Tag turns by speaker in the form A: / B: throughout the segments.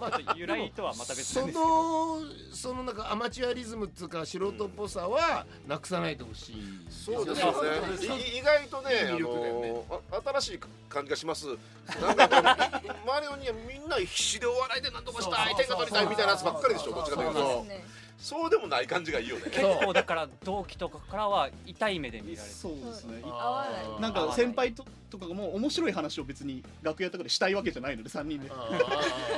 A: まあ、由来とはまた別なんですけ
B: そ
A: ど
B: のそのなんかアマチュアリズムっていうか素人っぽさはなくさないでほしい、
C: そうです
A: よ
C: よ
A: ね
C: ね。い意外とね、
B: いい
C: あ
B: 魅力だよね
C: のあ新しい感じがします。なんかこう マリオにはみんな必死でお笑いで何とかしたい、
B: そう
C: 点
B: そ
C: が
B: うそう
C: 取りたいみたいなやつばっかりでしょ。どっちかとい
D: そ
C: う
D: う
C: と
D: です。ね
C: そうでもない感じがいいよね。
B: の
A: 結構だから同期とかからは痛い目で見られて
E: そうですね
D: 合わない
E: なん
A: 合わ
E: か
A: ない
E: 先輩ととかも面白い話を別に楽屋とかでしたいわけじゃないので3人で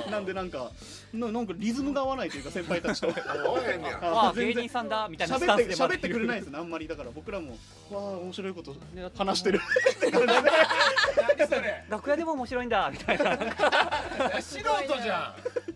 E: なんでなんかななんかリズムが合わないというか先輩たちと
C: 合わへんねや。
A: わあ
E: あ全
A: 芸
E: 然
A: 人さんだみたいなス
E: 喋
A: タ
E: っ
A: ンス
E: て
A: で
E: 喋ってくれない
A: い
E: ですねあんまりだから僕らもわあ面白いこと話してる
F: 何それ
A: 楽屋でも面白いんだみたいな
F: 素人じゃん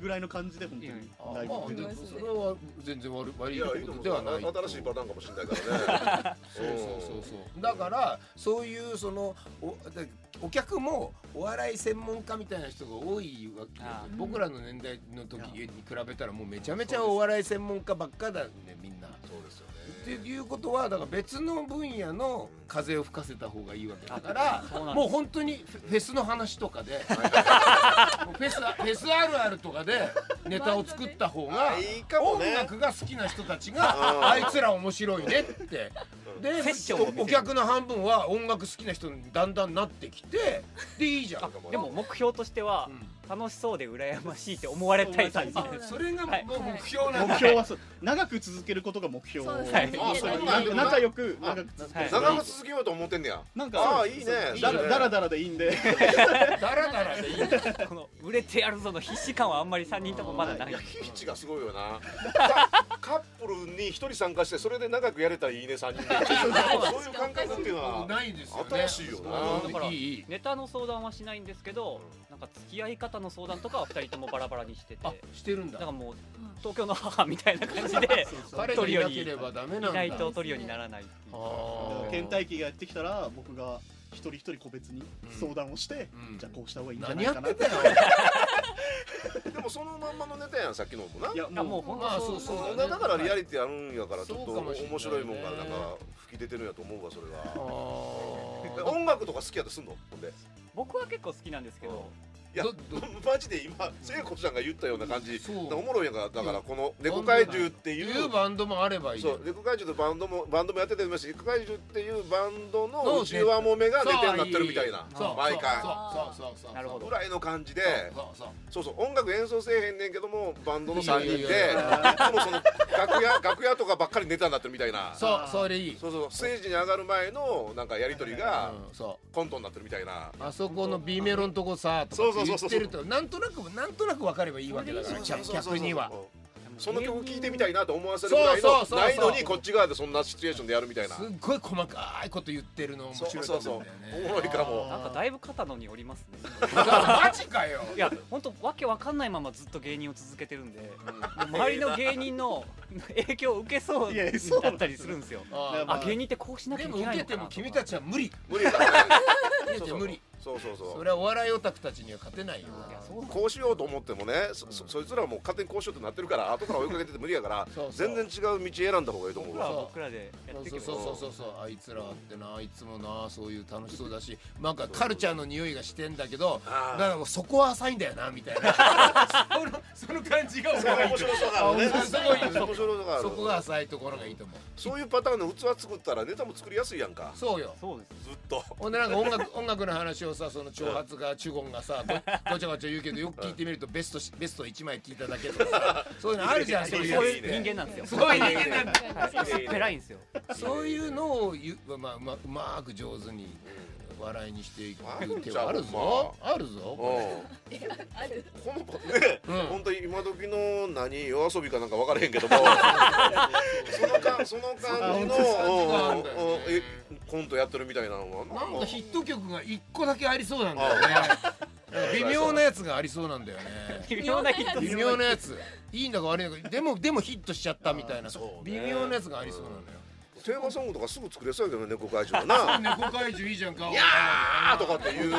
E: ぐらいの感じで本当に
B: あ
E: ライ
B: まあ
E: ブ
B: で
E: で
B: もそれは全然悪い悪
C: い
B: い
C: や、い
B: こと
C: い
B: と
C: 思う
B: ではない
C: よ
B: と
C: 新しいパターンかもしれないからね。
B: そうそうそうそうだからそういうそのおだお客もお笑い専門家みたいな人が多いわけよ
A: ああ
B: 僕らの年代の時に比べたらもうめちゃめちゃお笑い専門家ばっかだねみんな。
C: そうですよ
B: って
C: ね。
B: いうことはだから別の分野の風を吹かせた方がいいわけだか
A: あ
B: ら
A: そうなんです
B: もう本当にフェフェスの話とかでも うフェスフェスあるあるとかでネタを作った方が
C: あいいかも
B: 音
C: ね
B: 楽が好きな人たちがあいつら面白いねってで
A: セッションを見せる
B: おお客の半分は音楽好きな人にだんだんなってきてでいいじゃん。
C: あ
A: でも目標としては
B: うん
A: 楽しそうで羨ましいって思われたい感じ
D: あ
B: それが
A: はい
B: もう目標なん
E: 目
B: だ。
E: 標はそう長く続けることが目標
D: そうです
A: は
D: ね
A: い
C: あそう
E: な
C: なんだ
E: 仲良く長く続け
A: はい
E: る
C: 長く続けようと思ってんねや。
E: なんか
C: ああ、いいね。
E: だ
C: いい
E: ら
C: ね
E: だらだらでいいんで
B: だらだらでいい。
A: この売れてやるぞの必死感はあんまり3人ともまだないい
C: や、キイチがすごい よな。カカップルに一人参加して、それで長くやれたらいいね、三人で。そういう感覚っていうのは。
B: ないですよね。
C: 新しいよな
B: うん
A: だから
B: いいいい。
A: ネタの相談はしないんですけどなんか付き合い方の相談とかは2人ともバラバラにしてて
B: あしてるん
A: だ
B: だ
A: から。もう東京の母みたいな感じで
B: 彼がいなければダメなん
A: いな
B: だ。
A: いとトリオにならないっていう
B: あー
E: 倦怠期がやってきたら僕が一人一人個別に相談をして、
B: うん
E: じゃあこうした方がいいんじゃな
B: 何
E: い
B: や
E: か
B: って
E: な
B: たよ。
C: でも、そのまんまのネタやん、さっきのもな。
E: いや
A: いやもう
E: も
A: 本
B: まあ
A: 当そう
B: そう
A: そう
B: そう
C: だからリアリティあるんやからちょっと
B: そうかもしれないね
C: 面白いもんがなんか吹き出てるんやと思うわそれはえ
B: あ
C: 音楽とか好きやとすんのほんで
A: 僕は結構好きなんですけど
C: いや
B: ど
C: マジで今聖子ちゃんが言ったような感じ
B: そう
C: おもろいやんかだからこの「猫怪獣」って
B: ー
C: い
B: いう
C: う
B: バンドもあればいい
C: そ
B: よ
C: う。猫怪獣とバンドもバンドもやっててますし猫怪獣っていうバンドの
B: の
C: うちわもめがネタになってるみたいな
B: そう
C: 毎回
B: そうそうそうそうそう。
A: なるほど
C: ぐらいの感じで
B: そうそう
C: そうそう音楽演奏せえへんねんけどもバンドの3人でい
B: いやいやい
C: つもその楽 屋楽屋とかばっかりネタになってるみたいな
B: そうそうそれいい。
C: そうそうステージに上がる前のなんかやり取りが
B: うんそう。
C: コントになってるみたいな
B: あそこの B メロのとこさとかって言ってるとなんとなくなんとなくわかればいいわけだから
C: そうそうそうそう
B: 客には。
C: その曲聴いてみたいなと思わせるぐらいの
B: そうそうそうそう
C: ないのにこっち側でそんなシチュエーションでやるみたいな
B: すっごい細かいこと言ってるの面
C: そう
B: 白い
C: そ
B: と
C: うそう
B: 思うんだよ
C: お
B: ね。
C: もろいかも
A: なんかだいぶ肩のにおりますね
B: マジかよ。
A: いや本当わけわかんないままずっと芸人を続けてるんで周りの芸人の影響を受けそう
E: いやそう
A: だったりするんですよ
E: ー
A: あ芸人ってこうしなきゃい
B: でも
A: け
B: 受
A: ない
B: け
A: のか
B: て
A: な
B: も
A: と
B: 君
A: か
B: たちは無理。
C: 無理だね
B: 受けて無理。
C: そうそうそ
B: そうれはお笑いオタクたちには勝てないよ。
A: いやそうなんですよ
C: こうしようと思ってもねそそそいつらはもう勝手にこうしようってなってるから後から追いかけてて無理やから
B: そうそう
C: 全然違う道選んだ方がいいと思う
A: 僕
C: わ
A: らは僕らでや
B: そ
A: っ
B: う
A: てい
B: そ
A: け
B: う
A: ば
B: そうそうそうそうあいつらってないつもなそういう楽しそうだしなんかカルチャーの匂いがしてんだけどだ
C: あー
B: からもうそこは浅いんだよなみたいなそのその感じが
C: そ
B: 俺
C: こが
B: はいい
C: 面
B: と思
C: 白さがあるね
B: あ面白いよ
C: 面白さがあ
B: う
C: る
B: そこが浅いところがいいと思う
C: そういうパターンの器作ったらネタも作りやすいやんか
B: そうよ
A: そうです
C: ずっと
B: ほんでなんか音楽 音楽の話をさその挑発がチュゴンがさごご ちゃごちゃ言うけどよく聞いてみるとベストしベスト1枚聞いただけとかさ そういうのあるじゃんそう
C: い
B: い
C: や
A: そう
B: う
A: いう人間なんですよ
B: すごい人間
A: なんで薄っぺらいんですよ
B: そういうのをゆ、まあ、うまうまく上手に笑いにしていく手はあるぞある
C: うん
B: ぞ
C: こ
D: ある
C: の子ね
B: うん
C: 本当に今時の何夜遊びかなんか分からへんけどもそのかその感じの
B: あ
C: う
B: 本当に感じがあるん
C: ん
B: だよね
C: うんえコントやってるみたいなのは
B: なんかヒッ
C: ッ
B: ト曲が一個だけありそうなんだよね。なんか微妙なやつがありそうなんだよね。
A: 微妙な人です
B: 微妙なやつ、いいんだか悪いんだか、でもでもヒットしちゃったみたいな、
C: そう
B: 微
C: ね
B: 妙なやつがありそうなんだよ。
C: テーマソングとかすぐ作れそうやけどね猫怪獣はな
B: 猫怪獣いいじゃんか。いや
C: あーとかっていう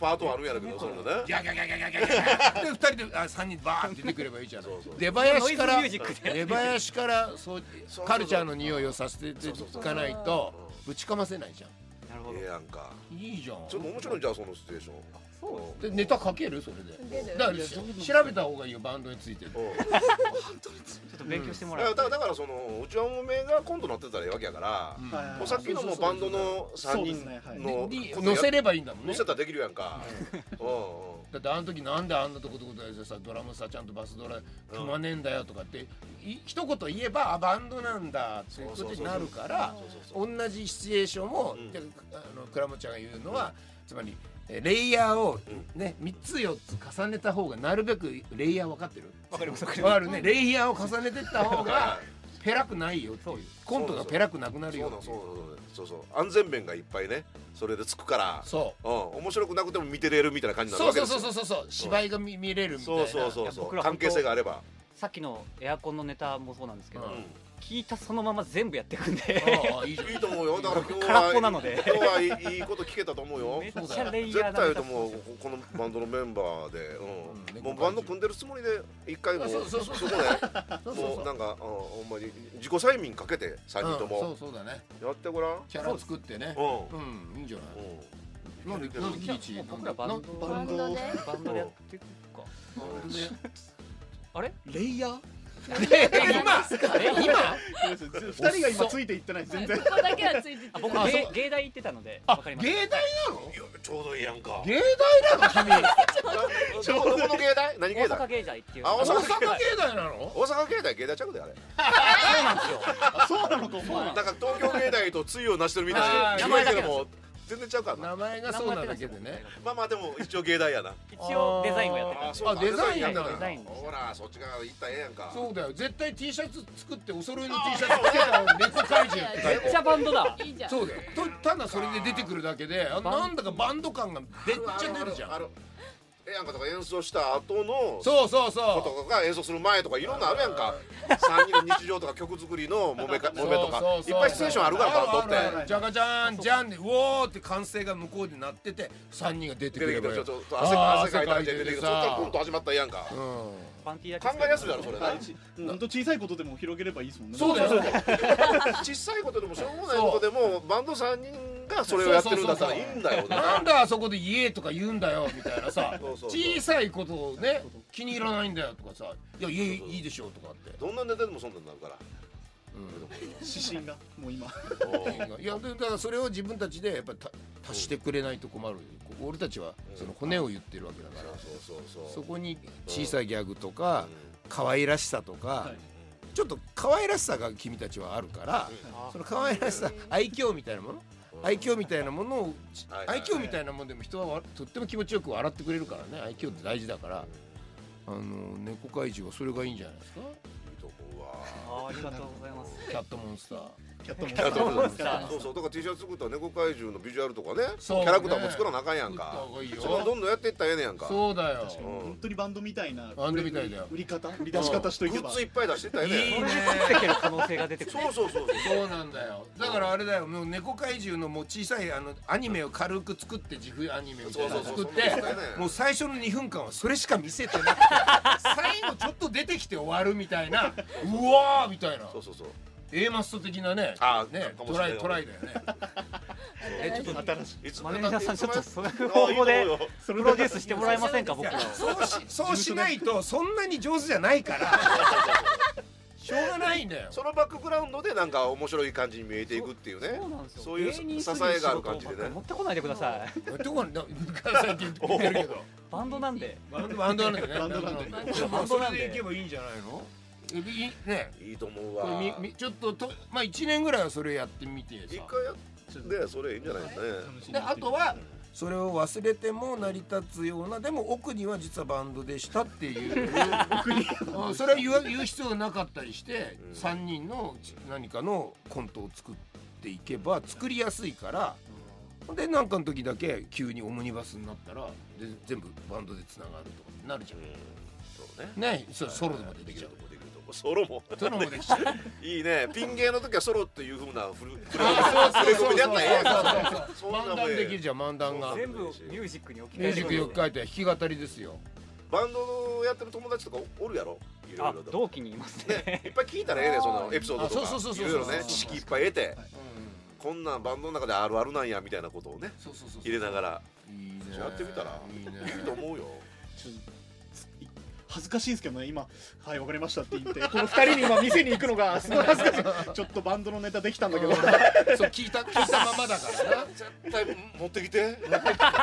C: パートはあるんやろけどそんなね
B: ギャギャギャギャギャギャギャ。で二人であ三人バーン出てくればいいじゃん
C: そうそう。
B: 出林から
A: ノイズミュージックで
B: 出林からそう
C: そう
B: カルチャーの匂いをさせてい
C: そうそう
B: かないとぶちかませないじゃん。
A: なるほど
C: ええやんか
B: いいじゃん
C: ちょっと面白いじゃんそのシチュエーション
A: そうです
B: でネタ書けるそれで
F: 出る
B: だから調べた方がいいよバンドについて
C: うんうん
A: ちょっと勉強してもら
C: だ
A: う、
C: からだからそのうちはおめえがコントなってたらいいわけやから、
E: はい
C: もうさっきのもうバンドの3
E: そうです
C: 人
E: ねはい
C: の
B: に
C: ことや
B: 載せればいいんだもんね
C: 載せたらできるやんか、うんうん
B: だってあの時なんであんなとことことやってさドラムさちゃんとバスドラ組まねえんだよとかってい一言言えばあバンドなんだっていうことになるから
C: そうそうそう
B: 同じシチュエーションも、
C: うん
B: であのクラムちゃんが言うのは、つまりえレイヤーを、ね3つ4つ重ねた方がなるべくレイヤー分かってる
A: わかりますわかり
B: 分
A: ま
B: かるねレイヤーを重ねてった方がペラくないよってい
A: そ
B: う
A: うで
B: コントがペラくなくなる
C: そう
B: よ
C: な
B: っ
C: の
B: て
C: そ
B: いう
C: うなのそうそうそう安全面がいっぱいねそれでつくから
B: そう
C: うん面白くなくても見てれるみたいな感じになる
B: そ
C: わ
B: う
C: け
B: そ
C: で
B: う
C: す
B: そう
C: う
B: そうそうそう芝居が見見れるみたい
C: そ
B: な
C: うそうそう
A: いや
C: そう
A: 僕ら
C: 関
A: 本当
C: 係性があれば
A: さっきのエアコンのネタもそうなんですけど、
B: う
C: うん
B: ん
A: 聞いたそのまま全部やっていくんで
B: ああいいじゃん
C: いいと思うよだから今 日
A: 空っぽな
C: は
A: ので
C: 今日はいいいこと聞けたと思うよ
A: めっちゃレイ
C: 絶
A: ヤーな
C: 対
A: ネ
C: と
A: タ
C: もうこのバンドのメンバーで、
B: う
C: うんん、もうバンド組んでるつもりで一回もう
B: そうそう
C: そ
B: そ
C: こ
B: う
C: で
B: そうそう
C: も
B: そう
C: うなんか、うん、ほんまに自己催眠かけて三人と
B: うんそ
C: も
B: うそうだね
C: やってごらん。
B: キャラ作ってね
C: うん
B: うんいいんじゃない
C: うん
B: なんでなんでキイチ
A: もう僕らバンド
E: バ
F: バ
E: ン
F: ン
E: ド
F: ド
E: で
F: で
A: バンドでやっていくかあれ
E: レイヤー
B: え今
E: 二人が今ついていってない全然
F: ここだけはついてて
A: あ僕
B: あ
A: 芸
B: そう
A: 芸大行ってたので
B: あ
A: わかります
B: 芸大なの
C: いやちょうどいいやんか。
B: 芸大なの君
C: ちょうどこの芸大？
A: 大
C: 何芸大
A: 阪？芸大っていう
C: あ
B: 大
C: そう
B: 阪芸大なの
C: 大阪芸大芸大ちゃうであれ。
A: そうなんですよ
E: そうなのかお前
C: なんか東京芸大と対を成してるみ
B: あ
C: たい
B: ー
C: な。名前だけども全然ちゃうからな。
B: 名前がそうなだけでね
C: まあまあでも一応芸大やな。
A: 一応デザインをやってたんで
B: あそうかデザインや
C: やっ
B: ん
C: て
B: だ
C: た
A: デザインでした
C: ほらそっち側行ったらええやんか。
B: そうだよ絶対 T シャツ作ってお揃いの T シャツ着てたら猫怪獣って書
A: め
B: い
A: っち
B: て
A: ゃバンドだ
F: いいじゃん
B: そうだよとただそれで出てくるだけであなんだかバンド感がめっちゃ出るじゃ
C: あ
B: ん
C: るええやんかとか演奏した後の
B: そうそうそう
C: とかが演奏する前とかいろんなあるやんか3人の日常とか曲作りのもめ かもめとかいっぱいシチュエーションあるからバンドって
B: じゃがじゃんじゃんでうおーって歓声が向こうで鳴ってて3人が出て
C: 出
B: くれ
C: てき
B: ば
C: てちょ
B: よ
C: っと汗汗かいたり出てきてそっからポンと始まったらええやんか
B: う
A: パンティーだけ
C: 考えやすいだろそれな
E: 本当小さいことでも広げればいいですもん
B: ん
E: ね
B: そうだよそうだよ
C: 小さいことでもしょうもないことでもバンド3人がそれをやってるんだったらいいんだよ
B: なんであそこで「家」とか言うんだよみたいなさ
C: そうそうそう
B: 小さいことをね気に入らないんだよとかさ「いや家いいでしょ」とかって
C: どんなネタでもそんなんなるから
E: 指針がもう今
B: いやでだからそれを自分たちでやっぱり足してくれないと困るこ俺たちはその骨を言ってるわけだか
C: そ
B: ら
C: うそうそうそ
B: そうこに小さいギャグとか可愛らしさとか
E: い
B: ちょっと可愛らしさが君たちはあるからその可愛らしさ愛嬌みたいなもの愛嬌みたいなものを
C: はいはい
B: 愛嬌みたいなもんでも人はわとっても気持ちよく笑ってくれるからね愛嬌って大事だからあの猫怪獣はそれがいいんじゃないですか
A: あありがとうございます
B: キャットモンスター
E: キャットモン
C: キャ
E: スター
C: ラクターそうそうだから T シャツ作ったら猫怪獣のビジュアルとかねキ
B: そうね
C: ャラクターも作らなあかんやん
B: 打った
C: か
B: 方がいいよ
C: それどんどんやっていったらええねやんか
B: そうだよ
E: 確かに本当にバンドみたいな
B: バンドみたいだよ
E: 売り方売り出し方しとい
C: グ
E: け
C: ッ
E: ば
C: ズいっぱい出していったらええね
B: い
A: これ
B: いね
A: で食っていける可能性が出てくる
C: そうそうそうそう
B: そうなんだよだからあれだよもう猫怪獣のもう小さいあのアニメを軽く作って自負アニメみたいなの
C: そうそう
B: 作っ
C: そう
B: て
C: そう
B: もう最初の2分間はそれしか見せてなくて 最後ちょっと出てきて終わるみたいなうわーみたいな
C: そうそうそう
B: A マスト的なね
C: あー
B: ね
C: かも
B: ト
C: しれな
B: ラ
C: い
B: イトライだよね
F: 新しい
E: 新しい
C: いつ
A: マネージャーさんちょっと
C: いつ
A: その
C: まで
A: 方法
C: あいい
A: で
C: と思うよ
A: プロデュースしてもらえませんか僕らを
B: そうしそうしないとそんなに上手じゃないから しょうがないんだよ
C: そのバックグラウンドでなんか面白い感じに見えていくっていうね
A: そうなんですよ
C: そういう
A: 芸
C: 支
A: 人すぎ
C: えがある感
A: 仕事ばっ
C: じで
A: かり
C: ね
A: 持ってこないでください
B: どこにな最近言ってるけど
A: バンドなんで
B: バンドなんだよね
E: バンドなんだよ
A: バンドなん
B: そ
A: で
B: れでいけばいいんじゃないのえいいね
C: いいと思う
B: こ
C: わ
B: れ
C: 一
B: みみちょっととまあ1年ぐらいはそれやってみてさ
C: 回やってそれいいんじゃないですかね
B: であとはそれを忘れても成り立つようなでも奥には実はバンドでしたっていううんそれは言わ言う必要がなかったりして
C: うん
B: 3人の何かのコントを作っていけば作りやすいからほんで何かの時だけ急にオムニバスになったらで全部バンドでつながるとかなるじゃ
C: うん
B: ん
C: そうね
B: ねそソロでも出てきちゃう
C: とこできるとこソロも
B: ソロもできちゃう
C: いいねピン芸の時はソロっていうふうなフルフル
B: あ そうそう
C: 触れ込みでやったらええやんかそんな
B: 漫
C: もん
B: 談
C: ええ
B: できるじゃん漫談が
C: そう
B: ミ
A: 全部ミュージックに置き換え
B: ュー
A: る
B: ジックよく書いて弾き語りですよ
C: バンドをやってる友達とかおるやろいろ
A: あ
C: いろと
A: 同期にいますね
C: ねいっぱい聞いたらええねそのエピソードと
B: あ
C: か
B: そうそうそう
C: い
B: そう
C: ろいろね知識いっぱい得てこんなんバンドの中であるあるなんやみたいなことをね
B: そうそうそう
C: 入れながら
B: いいね
C: やってみたら
B: いいね
C: いい と思うよ
E: ちょっとい恥ずかしいですけどね今「はいわかりました」って言ってこの2人に今店に行くのがすごい恥ずかしいちょっとバンドのネタできたんだけど
B: そう聞いた聞いたままだからな
C: 絶対持ってきて 一番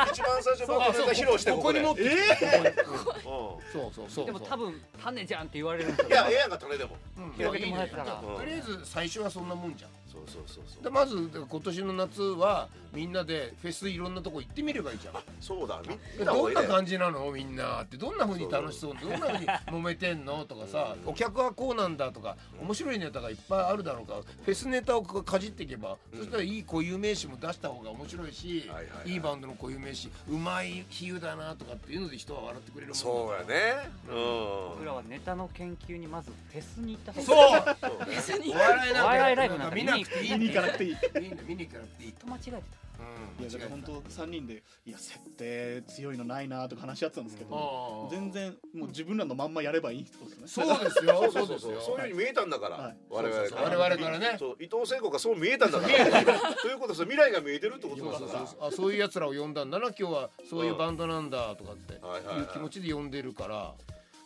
C: 最初バンドのネタ披露してこ
B: こ
C: こ
B: こ
C: で
B: に持ってきてここに
C: う
B: そうそうそう
A: でも多分種じゃんって言われるんです
C: ん
A: よ
C: いやええやんか種でも
B: うん
A: 広げてもらえたら
B: いやいいねとりあえず最初はそんなもんじゃん
C: そうそうそうそ
B: で
C: う
B: まず今年の夏はみんなでフェスいろんなとこ行ってみればいいじゃん
C: そうだみ見た方
B: どん
C: がいいね
B: な感じなのみんなってどんな風に楽しそうどんな風に揉めてんのとかさ
C: うん
B: お客はこうなんだとか
C: うん
B: 面白いネタがいっぱいあるだろうからフェスネタをかじっていけば
C: うん
B: そしたらいい固有名詞も出した方が面白いし
C: はいはいはい
B: いいバンドの固有名詞うまい比喩だなとかっていうので人は笑ってくれるもん
C: そうやね
A: 僕
C: う
A: らはネタの研究にまずフェスに行った方が
B: そう
A: う
C: ん
F: 別に
B: お笑い
A: お笑いラ
B: な
A: イ
B: ん
A: ブなん
B: か
A: か
B: 見なくていい
E: 見に行かなくていい
B: いいんだ見に行かなくていい
A: と間違えて
B: う
E: い
B: ん
E: やだから
B: 違
E: 本
B: う
E: 当3人で「いや設定強いのないな」とか話し合ってたんですけど
B: あー
E: 全然もう自分らのまんまやればいいってことです
B: そ
E: ね
B: うですよ
C: そうそうそうそういうふうに見えたんだから、
E: はい
C: 我々
B: そう
C: か
B: そうそう
C: ら
B: 我々からね
C: そう伊藤聖子がそう見えたんだ からということはその未来が見えてるってこと
B: そう
C: だ
B: そう
C: か
B: そう
C: ら
B: あそういうやつらを呼んだんだな今日はそういうバンドなんだとかってい
C: はいはいはいう
B: 気持ちで呼んでるから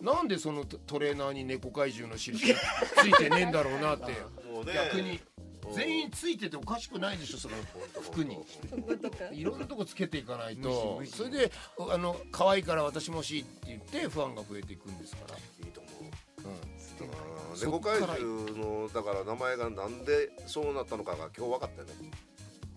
B: なんでそのトトレーナーに猫怪獣の印がついてねえんだろう なって
C: もうね
B: 逆に
C: うん
B: 全員ついてておかしくないでしょその服に
F: そこどこ
B: いろんなとこつけていかないと
A: 無視
B: それであの可愛いから私も欲しいって言って不安が増えていくんですから、
C: いいと思う
B: う
C: うん
B: そ
C: 猫
B: っから
C: 怪獣のだから名前がなんでそうなったのかが今日分かったよね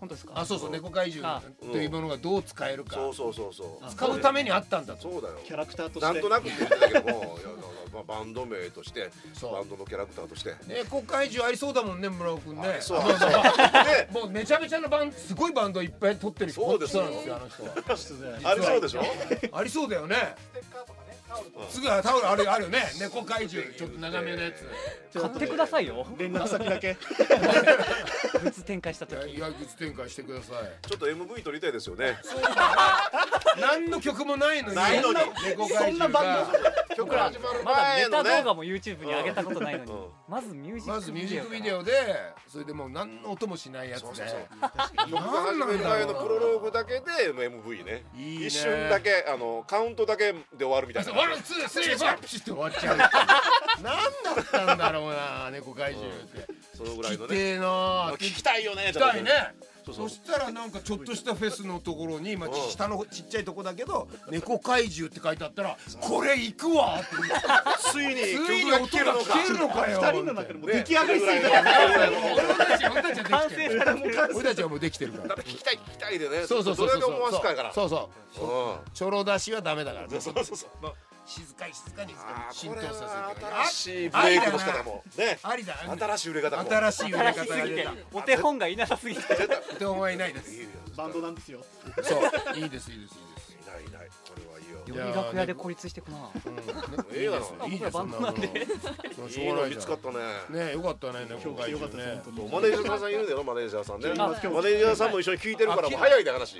A: 本当ですか
B: ん、あそうそう猫怪獣というものがどう使えるか
C: そうそうそうそう
E: あ
B: 使うためにあったんだと
C: そうだよ
E: キャラクターとして
C: なんとなくって言ってた けどもいやだからまあバンド名として
B: そう
C: バンドのキャラクターとして
B: 猫怪獣ありそうだもんね村尾くんね
C: あそう
B: あ
C: そう で
B: もうめちゃめちゃなバンすごいバンドいっぱい撮ってる人
C: そうです
B: 人なんですよあの人は
E: 失礼
C: あれそうでしょ
B: ありそうだよね
C: うん
B: すぐタオルあるあるよね猫怪獣ちょっと長めのやつ
E: じゃあ
A: 買ってくださいよ
E: 連絡先だけ
A: グッズ展開した時
B: いや靴展開してください
C: ちょっと MV 撮りたいですよね
B: 何の曲もないのに
C: ないのに
B: そん猫怪
E: そ
B: 獣
E: んなバ
B: が
E: ン
C: 曲始まる
A: まだネ
C: 前
A: タ
C: の
A: 動
C: ね
A: 画も YouTube に上げたことないのに
C: うんうん
A: まずミュージ
B: まずミュージ
A: ッ
B: ッ
A: ク
B: ク
A: ビ
B: ビ
A: デ
B: デ
A: オ
B: オでそれでもう何の音もしないやつ
C: そう
B: で
C: そうそう僕が
B: 何
C: 始
B: な
C: め
B: ん
C: る前
B: だ
C: の
B: ろう
C: プロローグだけで MV ね
B: いいね
C: 一瞬だけあのカウントだけで終わるみたいな
B: ワンツースリーフォーピシッて終わっちゃう何だったんだろうな猫怪獣って
C: そのぐらい
B: 聞
C: の
B: き
C: ね
B: てえな
C: あ聞きたいよね
B: 聞きたいね
C: そうそ
B: そうしたらなんかちょっとしたフェスのところに、まあ、
C: うん
B: 下のちっちゃいとこだけど「猫怪獣」って書いてあったら「これ行くわ!」って
C: ついに
B: つい
C: 曲
B: に
C: が
B: 音が
C: 聴けるのか
B: 聞けるのかよ
E: 2人の中でもう出来上がりすぎ
C: ね
E: た
B: 俺たち俺た
A: 完
B: ちはでき
A: 成され
B: てる
A: てる
B: 俺たちはもうできてるから
C: だって聞きたい聞きたいでね
B: そうそうそう
C: ど
B: そ
C: れ
B: うそ
C: だけ思わすかやから
B: うそうそう
C: うんあ
B: ちょろ出しはダメだからね
C: そうそうそう
B: まあ静かに静かに静か
C: あ
B: に
C: ー
B: 浸
C: こ
B: 透
C: れ
B: さ
C: は
B: せていく
C: 新しいブレイクの仕方もね
B: ありだありだ
C: 新しい売れ方も
B: 新しい売れ
A: 新し
B: 方
A: す
B: が
A: ぎ
B: 出
A: て
B: た
A: お手本がいなさすぎて
B: って思いないです
E: バンドなんですよ
B: そういいですいいですいいです
C: いないいないこれはいいよ
A: より楽屋で孤立してくな
B: うんね
C: 映画なの
B: いいですいいですそんなのそうし
C: いい
B: ょうが
C: の
B: ない
C: 見
B: じゃ
C: つ
B: ん
C: かったね
B: ねよかったね
E: 今日来てよかったです本当に
C: マネージャーさんいるんだよマネージャーさんね
E: あ
C: マネージャーさんも一緒に聞いてるからもう早いで話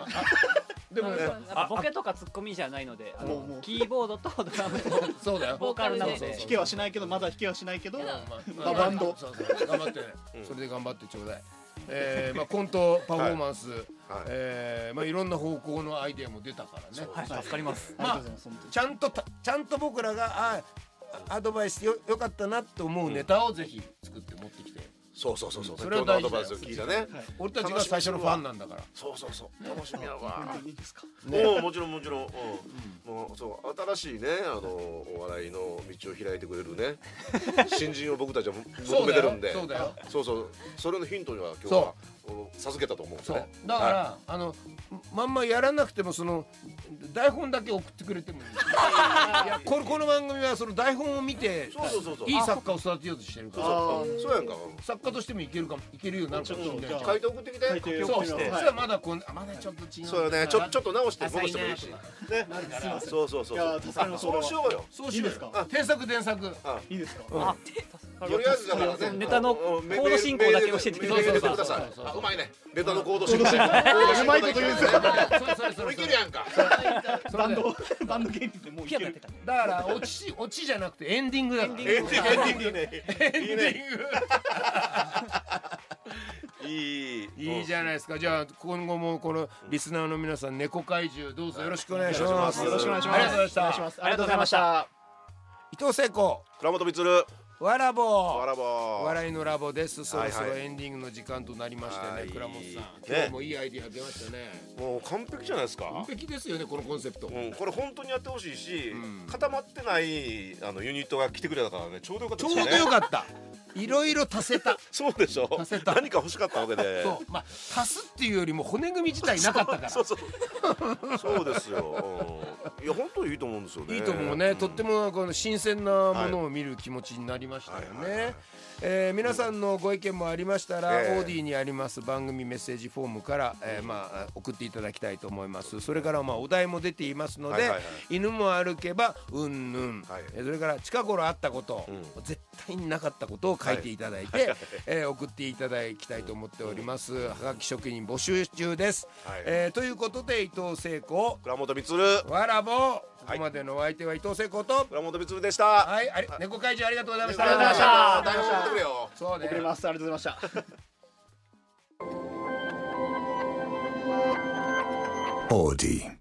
B: でもね
A: あボケとかツッコミじゃないのであの
E: もうもう
A: キーボードとドラムと
B: そうだよ
A: ボーカルなの
B: そうそう
A: で
B: そ
E: 弾
B: う
E: けはしないけどまだ弾けはしないけど
B: ま
E: まあバンド
B: そうそう頑張ってね
C: うん
B: それで頑張ってちょうだいえー まあコントパフォーマンス
C: はい
B: えーまあいろんな方向のアイデアも出たからね
A: はい助かります
E: ありがとうございます本当に
B: ちゃんとたちゃんと僕らがああアドバイスよよかったなと思うネタをぜひ作って持ってきて
C: そうそうそうそう
B: そ
C: 今
B: れは
C: 日の
B: 大事だ
C: アドバ
B: よ
C: イスを聞いたね
E: はい
B: 俺たちが最初のファンなんだから
C: そうそうそう楽しみだわ
E: 本当にいいですか
B: ね
C: もうもちろんもちろん、うん、もうそう新しいねあのお笑いの道を開いてくれるね新人を僕たちは求めてるんで
B: そうだよ
C: そうそうそれのヒントには今日はお授けたと思うんです
B: そう
C: ね
B: だから、
C: は
B: あのまんまやらなくてもその台本だけ送ってくれてもいいいやこれこの番組はその台本を見て
C: そうそうそうそう
B: いい作家を育てようとしてるか
C: い
B: ら
E: あ
C: そうそうやんか
B: 作家としてもいけるかもいけるようになるかもしれない
E: ちょっと
C: 書いて送ってきて
E: 書いて
B: そう
E: 送
B: そ
E: っ
B: うそ
E: てみま
B: し
E: す
B: たらまだこんあまだちょっと違う
C: そうよねちょちょっと直して戻
B: 浅
C: し
B: い
C: てもい
B: ね
C: いし
B: とか
C: ね
B: なるから
C: そうそうそう
E: いや助かります
C: あそうしようよ
B: そうしよう
E: いいです
B: よ
E: か
B: 添削添削
E: いいですか
A: あ
C: とりあえずだから
A: そ
C: ね
A: のネタのコード進行だけ教えてく
C: メールでメールでメールで
A: だ
C: く
A: さい
C: ださ
B: そうそうそう
C: いあうまいねネタのコード進行
E: コード進行うまいこと言うんですよ
B: それそれそ
C: これ
B: れそ
C: いけ
B: れ
C: るやんか
B: それ
E: バンドバンド芸人でもうい
A: ピ
E: け
A: アノやっ
E: る
A: てた
B: だからオチオチじゃなくてエンディングだから
A: エンディング
C: エンディングいいねいいね
B: ング
C: いいい
B: いいじゃない
C: い
B: ですか。じゃあ今後もこのリスナーの皆さん猫怪獣どうぞよろしくお願いします。
E: よろしくお願いしま
B: あ
E: す
B: りがとうございま
E: お願
B: した。
E: いしますありがとうございました
B: 伊藤聖子
C: 倉本光
B: わらぼ
C: わらば
B: 笑いのラボです。そろそ
C: はい
B: ろ
C: はい
B: エンディングの時間となりましてね、
C: はい
B: 倉本さん。
C: ね
B: 今日もいいアイディア出ましたね。
C: もう完璧じゃないですか
B: 完璧ですよねこのコンセプト。
C: うん、これ本当にやってほしいし、
B: うん
C: 固まってないあのユニットが来てくれたからねちょうどよかっ
B: ち
C: た
B: ょ
C: で
B: う
C: す
B: ど
C: よね
B: よかった。いろいろ足せた。
C: そうでしょ
B: 足せた
C: 何か欲しかったわけで
B: そうまあ足すっていうよりも骨組み自体なかったから。
C: そうそうそうですよ、うん、いや本当にいいと思うんですよね
B: いいと思うね、
C: ん
B: とってもこの新鮮なものを見る気持ちになりましたよ
C: はいはいはい
B: ねえー皆さんのご意見もありましたら、
C: ええ
B: オーディにあります番組メッセージフォームから、えーまあ、送っていただきたいと思いますそれからまあお題も出ていますので、
C: はいはいはい
B: 犬も歩けばうんぬん、
C: はい
B: えーそれから近頃あったこと、
C: う
B: 絶対になかったことを書いていただいて、えー送っていただきたいと思っております、はがき職人募集中です、
C: はい
B: えーということで伊藤聖子
C: 倉本光
B: わらぼここまでのお相手は伊藤聖子と、
C: 倉本光でした
B: はい、あれ猫会場ありがとうございました。
E: ありがとうございました
C: 台本持ってくれよ
B: そうね。
E: 送りますありがとうございました
D: オーディ